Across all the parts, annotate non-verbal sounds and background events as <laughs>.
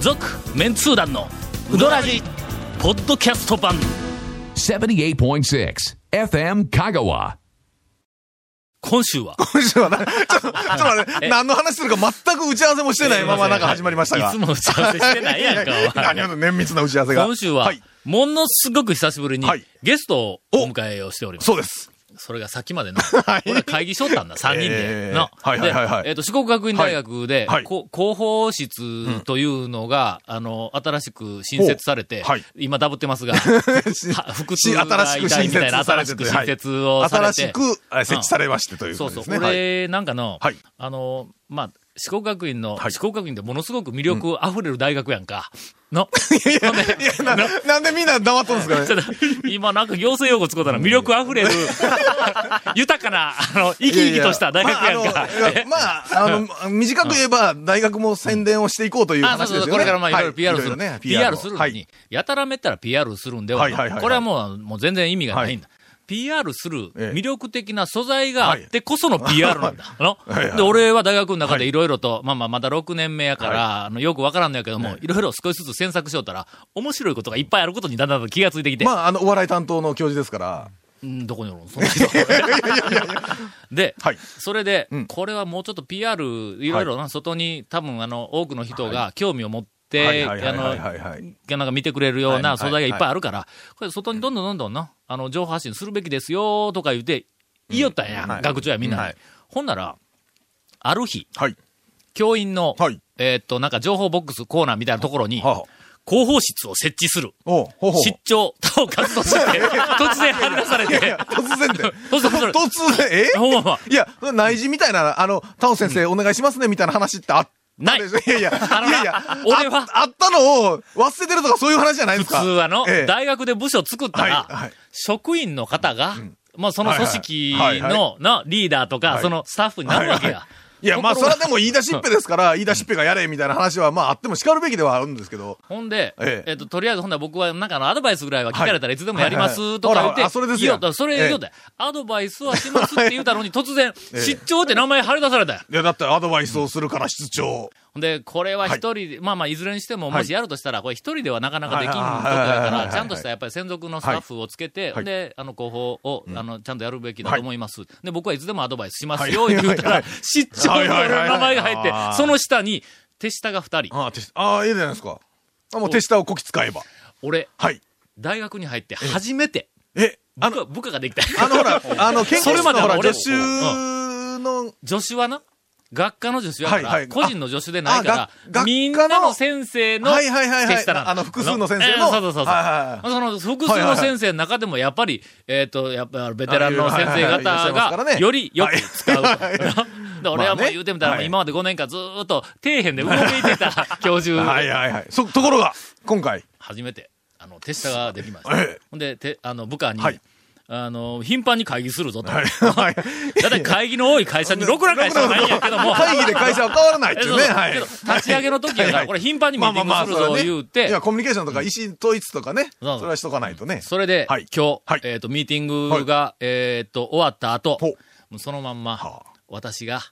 続メンツー団のウドラジポッドキャスト版78.6 FM Kagawa. 今週は今週はな、 <laughs> ちょっと、ちょっと待 <laughs> って、何の話するか全く打ち合わせもしてないままなんか始まりましたが。いつも打ち合わせしてないやんかお前 <laughs> 何を綿密な打ち合わせが。今週は、い。ものすごく久しぶりにはい、ゲストをお迎えをしております。そうです。それが先まで <laughs> な、これ会議しとったんだ、3人えで。ーなはいはいはいはいでえっと、四国学院大学ではいは、いこ広報室というのが、あの、新しく新設されてほうはい、今ダブって <laughs> ますが、し <laughs> は腹痛が痛いみたいな新しく新設をされて。新しくあ設置されましてというそこうとそう。ですね。俺、はいなんかの、はいあの、まあ、四国学院の、はい四国学院ってものすごく魅力あふれる大学やんか。 <laughs> の、ほんでななんでみんな黙っとんですかねちょ。っと今なんか行政用語使うたら魅力あふ <laughs> れる、豊かな、あの、生き生きとした大学やんか。えまあ、あの、ま <laughs> ああの短く言えば、大学も宣伝をしていこうというあ、そう話そですようね。これからまあいろいろは PR する。いろいろね PR するのはに、いやたらめったら PR するんでは,、はいはいはいはいこれはもう、もう全然意味がないんだ。PR するええ魅力的な素材があってこその PR なんだ。のはいはいで、俺は大学の中でいろいろと、まあまあまだ6年目やから、あのよくわからんのやけども、いろいろ少しずつ詮索しよったら、面白いことがいっぱいあることにだんだんと気がついてきて、まあ、あの、お笑い担当の教授ですから。うん、どこにおるのその <laughs> 人で、はいそれで、うんこれはもうちょっと PR、いろいろな、外に多分あの、多くの人が興味を持って、はいはいはあいの、はいはいはい。がなんか見てくれるようはない素材がいっぱいあるから、これ外にどんどんどんどんな、あの、情報発信するべきですよとか言って、言いよったんや、はい学長やみんなに、はいほんなら、ある日、はい。教員の、はいえーっと、なんか情報ボックスコーナーみたいなところに、はあ広報室を設置する。おうほうほう出張、他を活動 <laughs> して、突然張り出されいやいてや、突然で。 <laughs> 突然それ突然、えほんまほんまいや、それ内示みたいな、あの、タオ先生お願いしますね、みたいな話ってあっないいやいや、あのいやいや、俺はああったのを忘れてるとかそういう話じゃないで普すか。通あの、ええ大学で部署作ったら、はいはい職員の方が、まあその組織の、はいはいはいなリーダーとか、はいそのスタッフになるわけや。はいいや、まあ、それはでも言い出しっぺですから、言い出しっぺがやれ、みたいな話は、まあ、あっても叱るべきではあるんですけど。ほんで、えええっ、と、とりあえずほんなら僕はなんかあのアドバイスぐらいは聞かれたらいつでもやりまはいはいはすいとか言っほらて、あそれです言やおったそれ言おった、アドバイスはしますって言うた <laughs> のに突然、ええ出張って名前張り出されたよ。いや、だってアドバイスをするから室長。ほんで、これは一人で、まあまあ、いずれにしても、もしやるとしたら、これ一人ではなかなかできんことやはいはいかはいはいら、ちゃんとしたやっぱり専属のスタッフをつけて、ほんで、あの、広報を、あの、ちゃんとやるべきだと思います。で、僕はいつでもアドバイスしますよ、はい言うたはいはらい、失調の名前が入っはいはいはいはて、いその下に、手下が二人。ああ、手下ああ、いいじゃないですか。あもう手下をこき使えば。俺、はい。大学に入って初めて、え、部下、部下ができた。あの、ほら、 <laughs> あの、研究それ室のまではほら、俺助手の、助手はな、学科の助手やから、はいはい個人の助手でないかあ学ら、学科のみんなの先生のはいはいはいはい手下なんだあの複数の先生のえーそうそうそうそう。はいはいはいその複数の先生の中でも、やっぱり、えっ、と、やっぱベテランの先生はいはいはいいらっ方しゃいますかが、らねよりよく使うと。はいはいはいだ <laughs> から俺はもまうあね言うてみたら、はい今まで5年間ずーっと底辺で動いてた <laughs> 教授、はいはいはい。そ、ところが、今回。初めて、あの、手下ができました。ええほんで、てあの部下に、はいあの、頻繁に会議するぞと。はいはい。 <laughs> だって会議の多い会社に、ろくな会社はないんやけども。 <laughs> 会議で会社は変わらないっていうね。そうそうはいけど。立ち上げの時やはかいはら、いこれ頻繁にミーティングするぞれはね言うていや、、コミュニケーションとか意思統一とかね。そうそうそれはしとかないとね。それで今はい日はい、えっと、ミーティングが、えっと、終わった後ほう、もうそのまんまは、私が、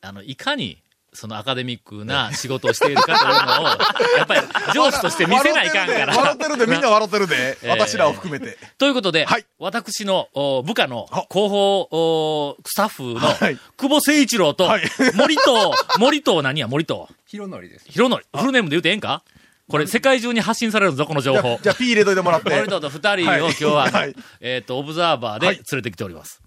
あの、いかに、そのアカデミックな仕事をしているかというのを、やっぱり上司として見せないかんから。笑ってるで、みんな笑ってるで。 <laughs> え私らを含めて。ということで、はい私のお部下のは広報おスタッフの、はい久保誠一郎と、はい森 <laughs> と、森と何や、森と。広則です。広則、フルネームで言うてええんかこれ、世界中に発信されるぞ、この情じゃ報あ、。じゃあ P 入れといてもらって。森田と二人を今日は、はいえっ、と、オブザーバーで連れてきております。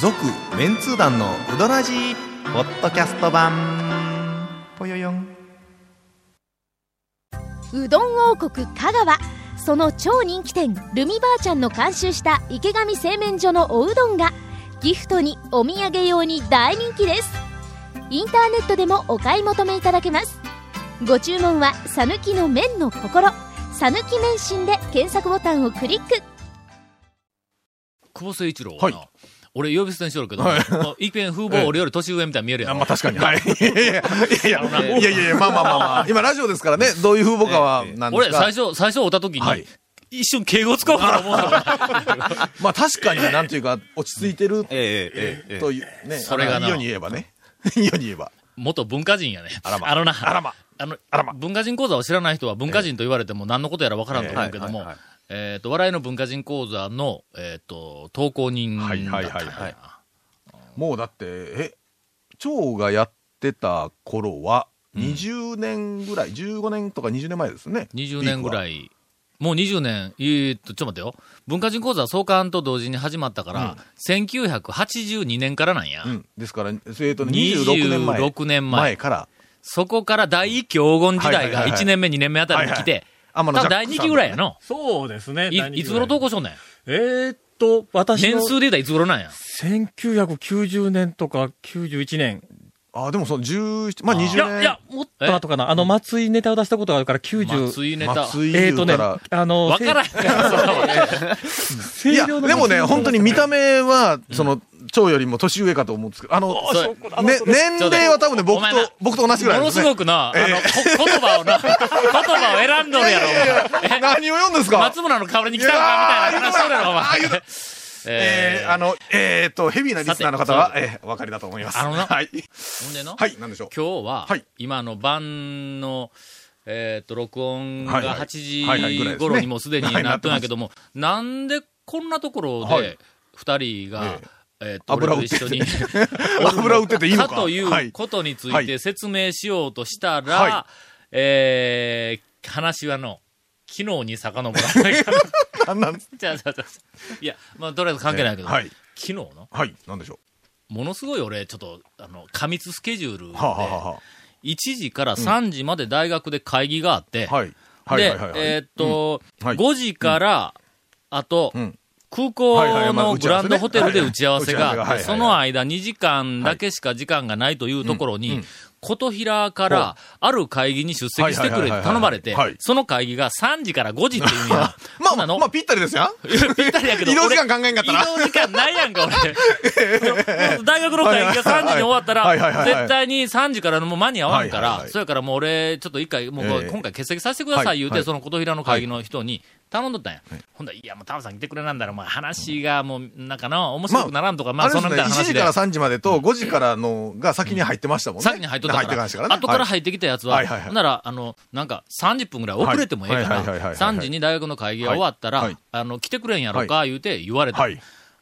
続、メンツー団のうどらじポッドキャスト版。ぽよよん。うどん王国香川その超人気店ルミばあちゃんの監修した池上製麺所のおうどんがギフトにお土産用に大人気ですインターネットでもお買い求めいただけますご注文は「さぬきの麺の心」「さぬき麺心」で検索ボタンをクリック久保誠一郎はな、はい俺呼び捨てにしとるけど、はいまあ一見風貌俺より年上みたいに見えるやあん。まあ確かに。 <laughs> はい。いやいやいやあのねいやいやいや、まあまあまあまあ。今ラジオですからね、どういう風貌かは、なんで俺、すか最。初、最初会った時に、はい一瞬敬語使おうかと思ったのまあ確かになんていうか、落ち着いてるええええええというね。それがなあの世に言えばね。 <laughs> いいように言えば。元文化人やね。あらまのな、あらまあの、あらま文化人講座を知らない人は文化人と言われても何のことやらわからんと思うけどええもはいはいはい、えっと、笑いの文化人講座の、えっと、投稿人だったんやはいはいはいはいもうだって、え、蝶がやってた頃は、20年ぐらい、15年とか20年前ですね。 20年ぐい。らい。もう20年、えーっと、ちょっと待ってよ。文化人講座創刊と同時に始まったから、1982年からなんや。うん。ですから、えーとね、26年前。 26年前から。そこから第一期黄金時代がはいはいはいはい1年目、2年目あたりに来て、はいはい天野多分ジャックさん第二期ぐらいやの。そうですね。い第二い期つぐら頃投稿しよんねん。えーっと、私年の数で言うたらいつ頃なんや。 1990年とか91年。あ、でもその17、まああー20い年。や、いや、もっと後かな。あの、松井ネタを出したことがあるから松90。井ネタ。松井えー言っとうね、たらあ、の、わからんやん、それは。せい清や、涼のでもね、本当に見た目。目は、その、蝶よりも年上かと思うんですけど、あの、そうね、年齢は多分ね、僕お前なと、僕と同じぐらいもでのすすね。ごくな、あの、こ言葉をな、言葉を選んどるやろ、お前え何を読んですか松村の代わりに来たのかみたいな話しとるやろ、お前。いやー言うてもらええーーあの、えーっと、ヘビーなリスナーの方さは、てえーお分かりだと思います。あのなはい。ほんでの、はい、なんでしょう。今日は、はい今の晩の、えっと、録音はいがはいはいはいぐら8時いですね頃にもうすでにはいなっとんやけども、なんでこんなところはでい二人がえ、えっと、俺油と売って一て緒に、油売ってていいのかといはういことにつはいてい説明しようとしたら、はえー話はの、昨日に遡らない <laughs> かな。なんなんじゃあ、じゃあじゃあいや、まあ、とりあえず関係ないけど、えーはい昨日の、はい、なんでしょものすごい俺、ちょっと、あの、過密スケジュールで、う。はあ、はあはあは1時から3時まで大学で会議があって、あ、はい。はい、で、はい、はいはい。えーっと、うんはい5時から、あと、うん空港はいはいまあの打グち合ラわンせねドホテルで打ち合わせがあって、はいはい打ち合わせがはいはいはいその間2時間だけしか時間がないというところに、うんうん琴平からある会議に出席してくれと頼まれてはいはいはいはいはい、その会議が3時から5時っていうんや。 <laughs> まそあ、んなまのあ、まあ、ぴったりですよ。ぴったりやけど。移動時間俺考えんかったな移動時間ないやんか、俺。大学の会議が3時に終わったはいはら、いはいはいはいはい絶対に3時からのもう間に合わんかはいはいらは、いそやからもう俺、ちょっと一回、もうええ今回欠席させてくださはいい言うはて、いその琴平の会議の人に頼んどったんや。ほんだらいや、もうタムさん来てくれなんだら、もう話がもう、なんかな、面白くならんとか、まあ、れそでんなみすね、たいな1話時でか。ら3時までと、5時からのが先に入ってましたもんね。先に入っとったか入ってら、ましたからね。後からはい入ってきたやつは、はいはいはいほんなら、あの、なんか、30分ぐらい遅れてもええかはいはいはいはいはら、いはい3時に大学の会議が終わったら、はいはいあの、来てくれんやろか、言うて言われた。はい。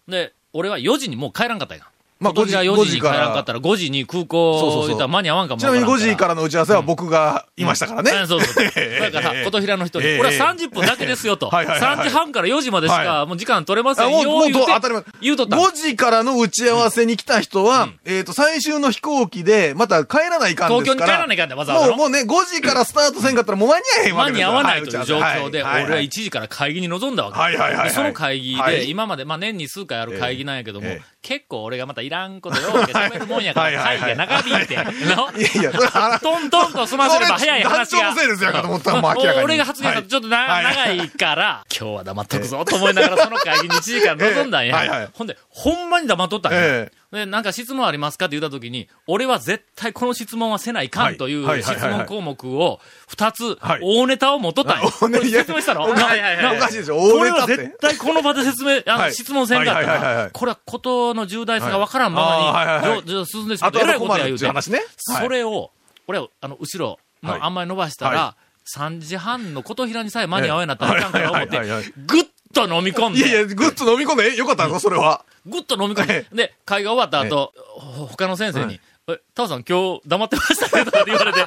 で、俺は4時にもう帰らんかったんやん。まあ5時が4時に帰らんかったら。ら、5時に空そうそう港そう行ったら間に合わんかもちなみに5時かららの打ち合わせは僕がいましたからね。うんそうそう。 <laughs> えだえから、琴平の人に、ええ俺は30分だけですよと。はいはいはい3時半から4時までしはか、もう時間取れませんよ、あもうもう言うて当たり前言うとった。 5時からの打ち合わせに来た人は、えっ、と、最終の飛行機で、また帰らないかんですから。東京に帰らないかんねわざわざもう、もうね、5時からスタートせんかったらもう間に合えへんわ間けですによ合わないという状況で、は俺いははい1時から会議に臨んだわけ。はいはいはいはいでその会議はで、い今まで、まあ年に数回ある会議なんやけどもええええ、結構俺がまたいらんことよ、喋るもんやかはいら、は会い議はいが長引いて、のいやいや、そ <laughs> れは、トントンと済ませればそ早れい話が。団長のせいですよかと思ったらもう明らかに俺が発言したはといちょっとな、はい長いから、今日は黙っとくぞと思いながらその会議に1時間臨んだんや。ええはいはいほんで、ほんまに黙っとったんや。えで、なんか質問ありますかって言ったときに、俺は絶対この質問はせないかはんいといはうい質はいはいは問い項目を、二つは、い大ネタを持っとったんや。大ネタこれ説明したのいやなはいはいはいなおかしいでしょこれ大ネタはって絶対この場で説明、あはの、い質問せんかったはいはいはいはらい、これはことの重大さがわからんまはいあーはいはいまはにいじょ、じょ進んでしまあって、とえあらといこ困とるや言っていううて。話ね。はいそれを、俺、あの、後ろ、まはいあ、あんまり伸ばしたら、は3時半の琴平にさえ間に合わんようになったらいかんから思ってはいはいはいはい、ぐっと飲み込んいやいで、や、グッと飲み込んでよかったぞ、それは。ぐっと飲み込んでえ、で、会が終わった後、ほ他の先生に、え、タオさん今日黙ってましたねとかって言わ <laughs> れて、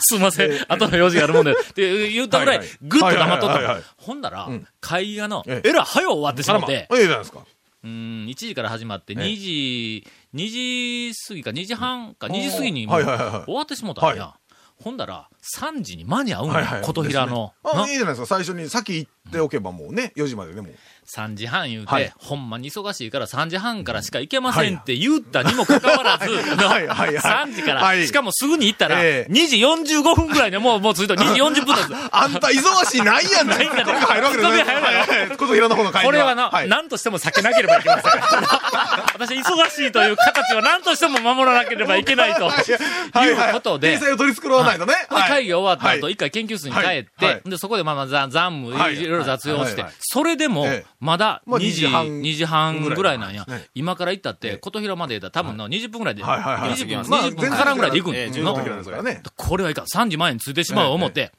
すいません、後の用事があるもんで、って言ったぐらいはいはい、ぐっと黙っとっはいはいはいはたい。ほんならん、会議がの、ええらい早う終わってしまっえて、えじゃないですか。うーん、1時から始まって、2時、2時過ぎか、2時半か、2時過ぎにもはういはいはいはい終わってしもうたんや。はほんだら、3時に間に合うんはいはやい、琴平の。あないいじゃないですか。最初に先行っておけばもうね、4時まででも。 3時半言うはてい、ほんまに忙しいから3時半からしか行けませんって言ったにもかかわらず、 <laughs> はいはいはいはい3時かはら、いしかもすぐに行ったら、ええ2時45分ぐらいでもう、もうついて2時40分です。 <laughs> あんた忙しいないやんないないんだねこれが入るわけですこれが入るわけね。はいはいことひらの方の会議これはな、い何としても避けなければいけま <laughs> せん。私、忙しいという形は何としても守らなければいけないと。いうことで天才を取り繕わないとね。で、会議が終わった後、はい一回研究室に帰って、はいはいで、そこでまあまあ、ざ残務、はいいろいろいろ雑用をしてはいはいはい、それでもええ、まだまあ2時、 2時半2時半ぐらいなんやぐらいですね。今から行ったっえてえ、琴平までだ多分の20分ぐらいで、はいはいはい20分、はいまあまあ20分からんぐらいで行くんええ15の時なんですからね。これはいかん。3時前に着いてしまう思っえて、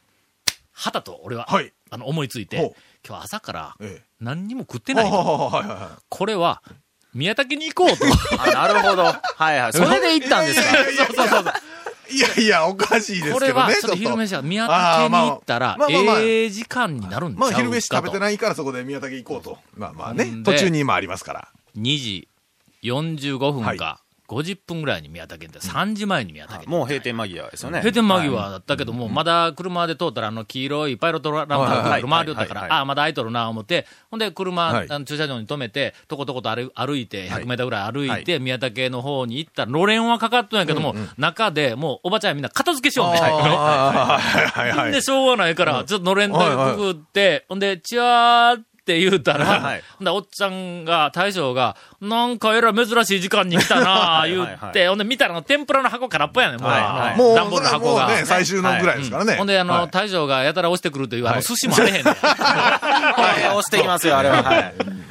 はたと俺ははい、あの、思いついほてう、今日朝からええ何にも食ってはないいはと。いはいはこれは、宮崎に行こうと。 <laughs> あ、なるほど。はいはい。それで行ったんですか。そうそうそう。い。いやいや、おかしいですけどね。これは、ちょっとちょ昼っと飯は宮崎に行ったあらーまあ、まあまあまあええ時間になるんちゃまうあかと。昼飯食べてないからそこで宮崎行こうと。まあまあほねん。で途中に今ありますから。 2時45は分いか、50分ぐらいに宮崎県って、3時前に宮崎県。もう閉店間際ですよね。閉店間際だったけども、まだ車で通ったら、あの、黄色いパイロットランタンはいはいがはい車ありよったかはいら、はいああ、まだ空いとるな、思って、ほんで、車、はいあの駐車場に止めて、とことこと歩歩いて、はい100メーターぐらい歩いて、は宮崎の方に行ったら、のれんはかかっとんやけども、中でもう、おばちゃんみんな片付けしようね。あーはいはいはで、い。しょうがないから、ちょっとのれんだけはいくぐって、ほんで、チャーって言うたら、はいほんで、おっちゃんが、大将が、なんかえらい珍しい時間に来 <laughs> たなはぁ、い言はっいはいて、ほんで、見たらあの天ぷらの箱空っぽやねん、もう。はいあのはいもう、段ボーそルのれは箱もうが。ね、最終のぐらいですからね。ほんで、あの、はい大将がやたら押してくるという、あの、寿司もあれ <laughs> へんねん。押してきますよ、あれは。はい。うん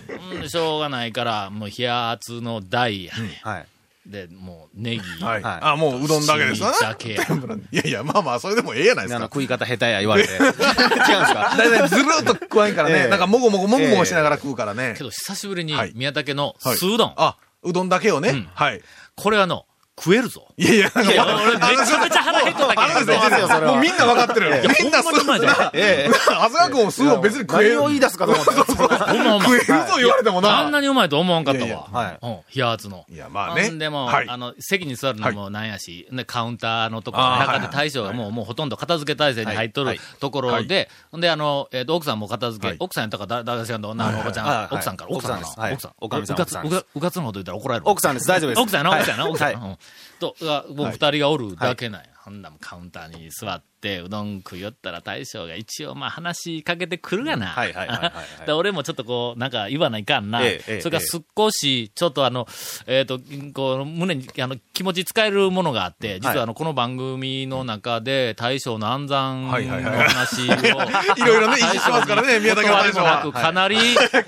しょうがないから、もう、冷圧の台はい。で、もう、ネギ。はい。はいあ、もううどんだけですわ椎な。 <laughs> 茸いやいや、まあまあ、それでもええやないであすの、か。食い方下手や言わ <laughs> れて。違うんですかだいたいずるっと食わん <laughs> からえね。えなんかもごもごもごもごしながら食うからねけ。ど、久しぶりにはい宮崎のはい酢うどん。あ、うどんだけをうねん。はい。これはの、食えるぞ。いやいや、なんいや、か俺、めちゃめちゃ腹減っとったけど。あるんですよ、もうみんな分かってる。みんなほんまにうまいでな。ええ。長谷川君も酢を別に食える。何を言い出すかと思ったんですけほんどまほんま食えるぞ言われてもあな。んなにうまいと思わんかったわ。いやいやはいうん、冷圧の。いやまあねほんでも、はいあの、席に座るのもなんやし、ね、カウンターのところ、あー中はいではい大将がもう、もうほとんど片付け体制に入っとはるいはところで、ほんで、あの、えっ、と、奥さんも片付け、はい奥さんやったか、だ、だがしがんの女のおばちゃん、はいはいはい奥さんから、奥さかんでらすはい奥さん。おかみさんうかつ、奥さんうかうかつのこと言ったら怒られる。奥さんです、大丈夫です。奥さんやな、はい奥さんやな、奥さんやはな。ういんと、が僕二人がおるだけなんや。ほんなもんカウンターに座って、うどん食いよったら大将が一応まあ話しかけてくるがな。はいはいはいはいはい <laughs> だから俺もちょっとこう、なんか言わないかんな。ええええそれから少し、ちょっとあの、えっ、と、こう、胸に、あの、気持ち使えるものがあって、実はあの、この番組の中で大将の暗算のはいはいはい話を。 <laughs> いろいろね、いじってますからね、宮崎の断大将りもなはく。かなり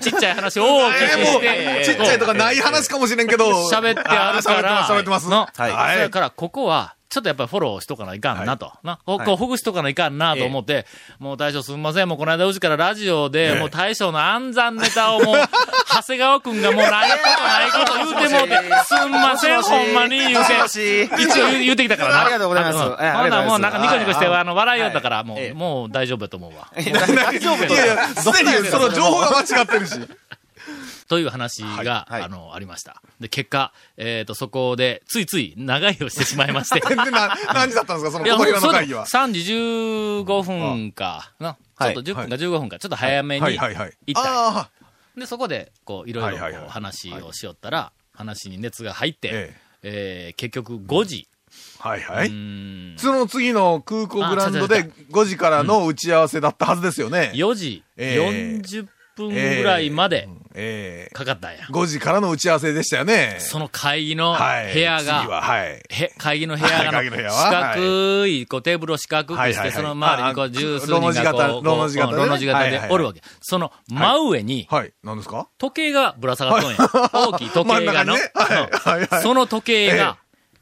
ちっちゃい話を大きくええもしう、て、ちっちゃいとかない話かもしれんけど。喋ってあるから、あ喋ってます、喋のってます。はいそはれい。から、ここは、ちょっとやっぱりフォローしとかないかんなと。な、こはこいうほぐしとかないかんなと思って、もう大将すみません、もうこの間うちからラジオで、ええもう大将の暗算ネタを <laughs> もう、長谷川くんがもうないことないこと言うてもう <laughs> て、すんません、ほんまに言うて。もしもし一応言う言うてきたからな。ありがとうございますあのええあほんりがなとらもううございますなんかニコニコして、ああの、笑いよったから、もええう、もう大丈夫だと思うわ。大丈夫いやいや、すでにその情報が間違ってるし。 <laughs> という話が、はいはいあの、ありました。で、結果、えっ、と、そこで、ついつい長いをしてしまいま <laughs> して。で、な、何時だったんですか、 <laughs> そのいや、小もう平そのうだ、会議は。 3時15分か、な。ちょっと10分か15分か、ちょっと早めにはい行はいはい。った。あで、そこで、こう、いろいろはいはいこはうい話をしよったら、話に熱が入ってええ、えー結局5時。。あ、はいはいうーんその次の空港グラウンドで5時からの打ち合わせだったはずですよね。 4時ええ40分ぐらいまでええかかったんや。 5時からの打ち合わせでしたよね。その会議のはい。部屋次がは、、はい。へ会議の部屋がはあい会議のの四部屋は角い、こうテーブルを四角はくいしはいはて、そいの周りにこあう十数ロの字人がこう、こう型ロの字型でねロの字型はいはいではいおるわけ。その真上に、はい。何ですか時計がぶら下がっとんや。大きい時計がの。真ん中にねはいうんはいはいその時計が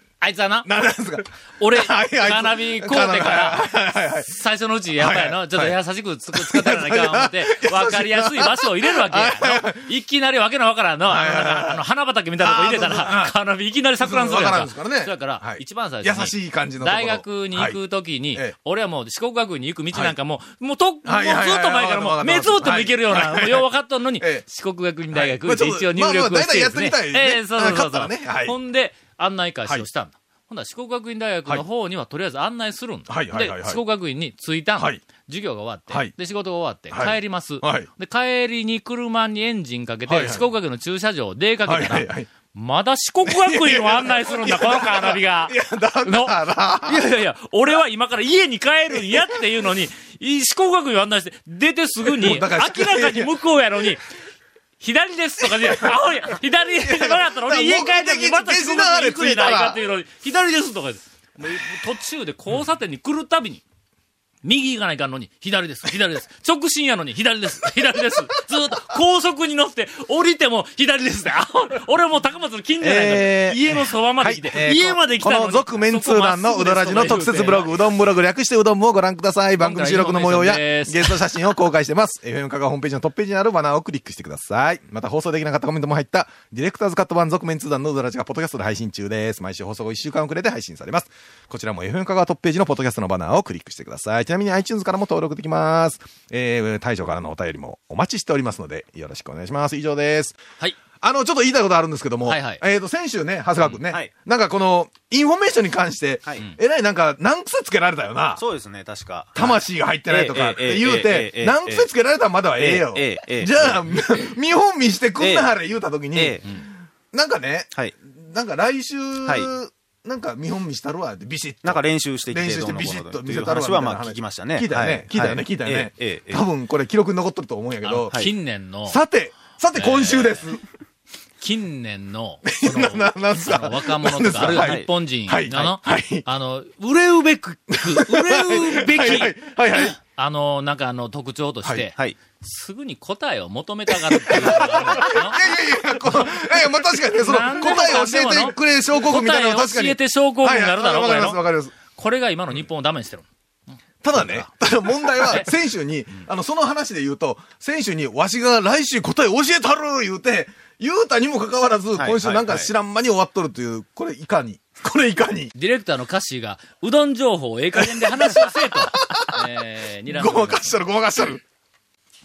あいつはな、なんなんですか。俺、カ <laughs> はいあいつーナビこうてカーかナビはいはいはらい、最初のうちやったやはの、いちょっと優しくつく使ってらなきゃ思って、わかりやすい場所を入れるわけやの。いきなりわけのわからんの、あのなんかあの、花畑みたいなとこ入れたあーそうらそ、うカーナビいきなり錯乱するやわからんんですからねそうやかはらい、一番最初に。優しい感じのところ大学に行くときにはいええ、俺はもう四国学院に行く道なんかもう、もうと、もうずっとはいはいはい前からもわかう、ってます目つぶっても行けるような、はいもうよう分かっとんのにええ、四国学院大学はいまあちょっと一応入力をしてですね。まあまあ大体やってみたいねええそうそうそうそあ勝ったらねはう。いほんで、案内開始をしたんだ。ほんなら四国学院大学の方にはとりあえず案内するんだ。はいはいはいはいで、四国学院に着いたんだ。はい授業が終わって、はいで、仕事が終わって、はい帰ります、はいで、帰りに車にエンジンかけて、はいはい四国学院の駐車場を出かけたはら、いはいはい。まだ四国学院を案 <laughs> 内するんだ、このカーナビが。いや、だから、いやいやいや、俺は今から家に帰るんやっていうのに、い四国学院を案内して、出てすぐに、も明うだかららかに向こうやのに、左ですとかで、あおや、左で曲がったら俺いや家帰った時また四国学院行くんやないかっていうのに、左ですとかです。もう途中で交差点に来るたびに、右行かないかんのに、左です、左です。直進やのに、左です、左です。ずーっと高速に乗って、降りても左ですね。あ俺もう高松の近所やないから、えー家のそばまで来て、えー家まで来たのに。この続メンツー団のうどらじの特設ブログ、うどんブログ略してうどんもご覧ください。番組収録の模様や今回のインフォメーションですゲスト写真を公開してます。FM カガホームページのトップページにあるバナーをクリックしてください。また放送できなかったコメントも入った、ディレクターズカット版続メンツー団のうどらじがポッドキャストで配信中です。毎週放送後1週間遅れで配信されます。こちらも FM カガトップページのポッドキャストのバナーをクリックしてください。ちなみに iTunes からも登録できます。えー、大将からのお便りもお待ちしておりますので、よろしくお願いします。以上です。はい。あの、ちょっと言いたいことあるんですけども、はいはいえっ、と、先週ね、長谷川くんね、うんはいなんかこの、インフォメーションに関して、はいえらいなんか、何癖つけられたよな。そうですね、確か。魂が入ってないとかって言うえええええて、え何癖つけられたらまだはええよえええええ。えじゃあ、見本見してくんなはれ言うたときに、ええなんかね、はい。なんか来週、いなんか見本見したるわって、ビシッと。なんか練習してきて、練習してビシどうッのことうの見といせうたるわみたいな話はまあ聞きましたね。聞いたよはね。聞いたよね。は聞いたよねえええ。えええ多分これ記録に残ってると思うんやけあのど。近年の、さて、さて今週です。近年の、 <laughs> なななんすあかの若者なんとすか、あるいははい日本人はいなの、はいはいあの、売れうべく、売れうべはいはいき、はいはい。あの、なんかあの、特徴として、はい。すぐに答えを求めたがるっていうのがあるんですよこのええ、まあ確かにね、そのな答んでもえを教えてくれ症候群みたいなのは確答かえに。教えて症候群になるだろうはいはいわかります、わこかります。これが今の日本をダメにしてる。ただね、ただ問題は、選手に、あの、その話で言うと、選手に、わしが来週答え教えたる言うて、言うたにもかかわらず、はい今週なんか知らん間に終わっとるという、これいかに。これいかに。ディレクターの歌詞が、うどん情報をええ加減で話を <laughs> せえと、えー、睨んでおごりまますかしたる、ごまかしたる。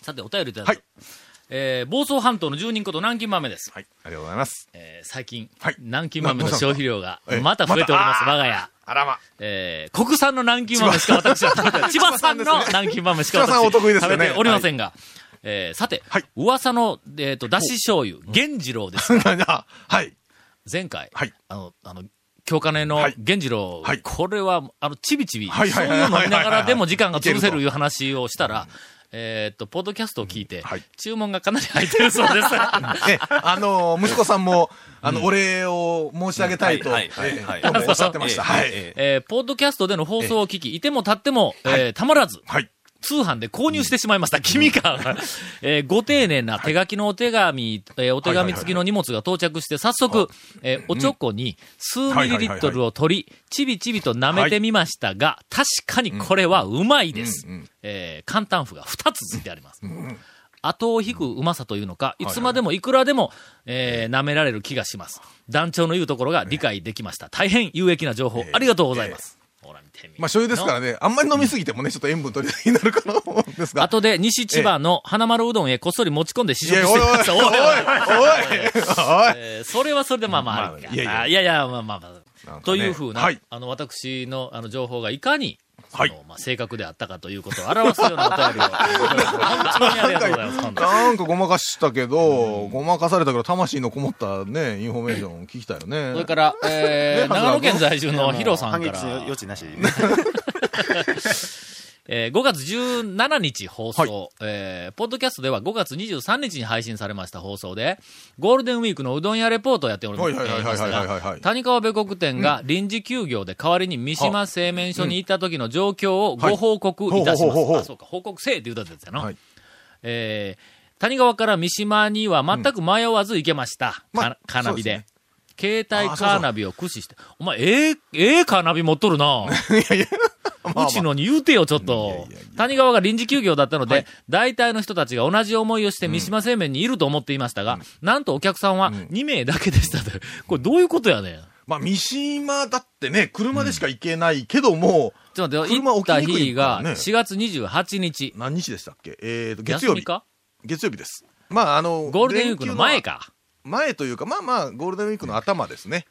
さて、お便りいただいた。はえー、房総半島の住人こと南京豆です。はい。ありがとうございます。えー最近、はい南京豆の消費量がなどうしたんですかええまた増えております、また我が家。あら <laughs> ま。えー国産の南京豆しか私は食べてない。千葉産の南京豆しか千葉さん私お得意ですよね食べておりませんが。えーさて、はい噂の、えっ、と、だし醤油、源次郎ですが。はい。前回、はいあの、あの、京金のはい源次郎、はいこれは、あの、ちびちび、はいそはういいはいうの飲みながらでも時間がいけ潰るせとるいう話をしたら、えーっと、ポッドキャストを聞いて、はい注文がかなり入ってるそう <laughs> です。え、あの、息子さんも、あの、お礼を申し上げたいと、はいはいはいはいえー今日もおっしゃってました。はえええい。えーポッドキャストでの放送を聞き、いても立っても、えーたまらず、はい通販で購入してしまいました。君か。えーご丁寧な手書きのお手紙、えーお手紙付きの荷物が到着して、早速、えーおちょこに数ミリリットルを取り、ちびちびと舐めてみましたが、確かにこれはうまいです。えー簡単符が2つ付いてあります。後を引くうまさというのか、いつまでもいくらでも、えー舐められる気がします。団長の言うところが理解できました。大変有益な情報、ありがとうございます。ほら見てみまあ、醤油ですからね、あんまり飲みすぎてもね、ちょっと塩分取りすぎになるかなと思うんですが。後で西千葉の花丸うどんへこっそり持ち込んで試い食や、しておいおい、おい、おください。おいおいい、おい。えーそれはそれでまあまああるか。いやいやあいやいや、まあまあまあ。なんかねというふうな、はいあの、私の、あの、情報がいかに、はいあのまあ、正確であったかということを表すようなお便 <laughs> りを、本当にありがとうございます本当に。なんかごまかしたけど、ごまかされたけど、魂のこもったね、インフォメーション聞きたいよね。それから、え <laughs> ーね長野県在住のヒロさ反んか撃するら、余地なしで。えー5月17日放送、えーポッドキャストでは5月23日に配信されました放送で、ゴールデンウィークのうどん屋レポートをやっておりまはえいはいはいーはまいしたはいはいが、はい。谷川米国店が臨時休業で代わりに三島製麺所に行った時の状況をご報告いたしまはいほうほうほうす。ほうあ、そうか、報告せえって言うたやつやな。はいえー谷川から三島には全く迷わず行けました。うんまあかカーナビで。携あ帯ーそうそうカーナビを駆使して。お前、ええええカーナビ持っとる <laughs> な。うちのに言うてよ、ちょっと。谷川が臨時休業だったので、大体の人たちが同じ思いをして三島製麺にいると思っていましたが、なんとお客さんは2名だけでしたと。これどういうことやねん。まあ、三島だってね、車でしか行けないけども、ちょっと待ってよ、車行置っきたにく日いからがね4月28日。何日でしたっけえーと、月休曜み日。か月曜日です。まあ、あの、ゴールデンウィークの前。か。前というか、まあまあ、ゴールデンウィークの頭ですね。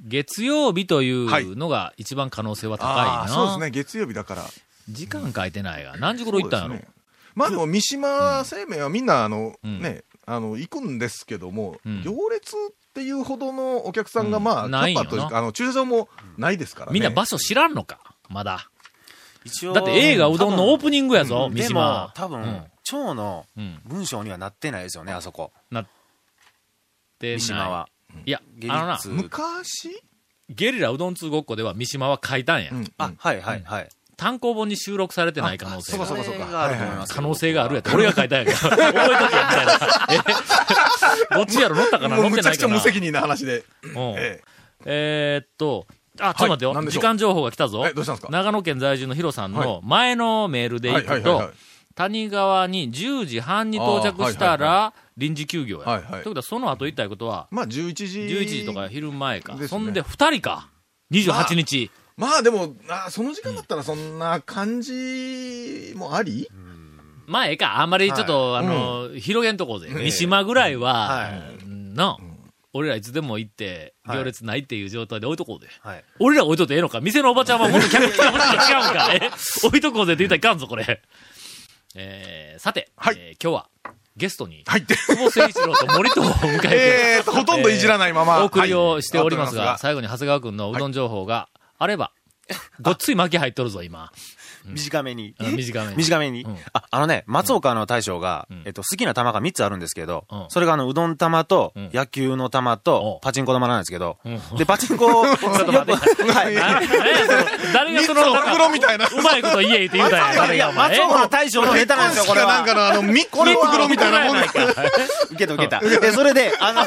月曜日というのが一番可能性は高いな。ああ、そうですね、月曜日だから。時間書いてないが、何時頃行ったんやろ、そうですねまあでも三島製麺はみんなあの、うんねあの行くんですけども、うん行列っていうほどのお客さんがうんまあ、ないんよキャなパというかあの駐車場もないですからねみんな場所知らんのかまだ。一応だって映画うどんのオーププニングやぞ、三で島も。、多う分ん、蝶のうん文章にはなってないですよね、あそこ。で三島は。いや、ゲリあのなッ、ツ昔ゲリラうどん通ごっこでは三島は書いたんや。うんあ、はいはいはい。単行本に収録されてない可能性あが。そうかそうかそれがあると思いますよ可能性があるやつ。俺が書いたんやから。覚えとけみたいな。え <laughs> <laughs> どっちやろ乗ったかなも乗うっむてちゃないくちゃかな。無責任な話で、うんえええーっと、あ、ちょっと待ってよ。はい何でし時ょう間情報が来たぞえ。どうしたんですか長野県在住のヒロさんはいの前のメールで行はくいはいはいとはい、谷川に10時半に到着したら、臨時休業や。はいはいということは、その後言いたいことは、まあ11時11時とか昼前か。ですねそんで2人か。28日。まあでもあその時間だったらそんな感じもあり、まあ、ええか。あんまりちょっと、あの、広げんとこうぜ。三島ぐらいは、うんな、俺らいつでも行って、行列ないっていう状態で置いとこうぜ。はい。俺ら置いとってええのか店のおばちゃんはもっと客来たもんと違うんか <laughs> え置いとこうぜって言ったらいかんぞ、これ。えー、さて、はいえー今日はゲストに、入って久保誠一郎と森藤を迎えて、 <laughs> えーとほとんどいじらないまま、お送りをしておりますが、はい最後に長谷川君のうどん情報があれば、ごっつい巻き入っとるぞ、 <laughs> 今。短めに。あ短めに <laughs> 短めにうん。あ、あのね、松岡の大将がうん、えっと、好きな玉が3つあるんですけどうん、それがあの、うどん玉とうん、野球の玉とお、パチンコ玉なんですけどうん、で、パチ <laughs> ンコを、よくはい何やその誰がその、三つおふくろみたいなうまいこと言えって言うたんや、<laughs> 誰いがや、お前。松岡の大将のネタなんですよ、これなんはか。<laughs> のあのみこれ袋みたいなもんないか。受けた受けた。で、それで、あ <laughs> の、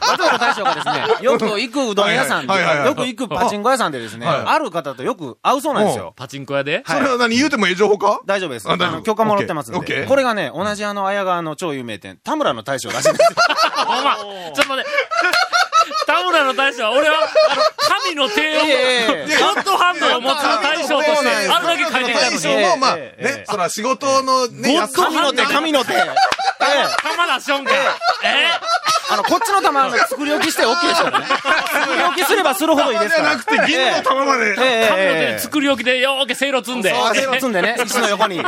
松岡大将がですね、よく行くうどん屋さんで、はいはいはいはいよく行くパチンコ屋さんでですね、はいある方とよく会うそうなんですよ。 <laughs> パチンコ屋ではそいれは何言うてもええ情報か大丈夫です。ああ大丈夫の許可もらってますんオッケーオッケで。ーこれがね、同じあの、綾川の超有名店、田村の大将らしいんですよ。お前、ちょっと待って。 <laughs> 田村の大将は、俺は、あの、神の帝王、いやいやいやゴッドハンドを持つ大将として、あるだけ書いてきたの大に将、も、まあ、えええねえ、そら仕事のね、ゴッド休みハ神ンの手、神 <laughs> の手。ええ玉田しょんか。えあの、こっちの玉 <laughs> の作り置きして OK ですからね。 <laughs> 作り置きすればするほどいいですから。じゃなくて、銀の玉まで。えええー、神の手えええで作り置きで、よーけ、せいろ積んで。そう、手を積んで <laughs> ね、石の横に。ええ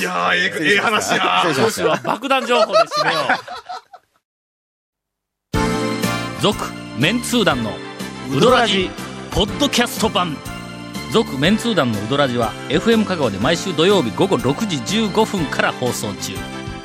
いやー、ええええ話や。失今礼しまし週たは爆弾情報で締めよう。続、メンツー団の、ウドラジ、ポッドキャスト版。続メンツー団のウドラジは FM 香川で毎週土曜日午後6時15分から放送中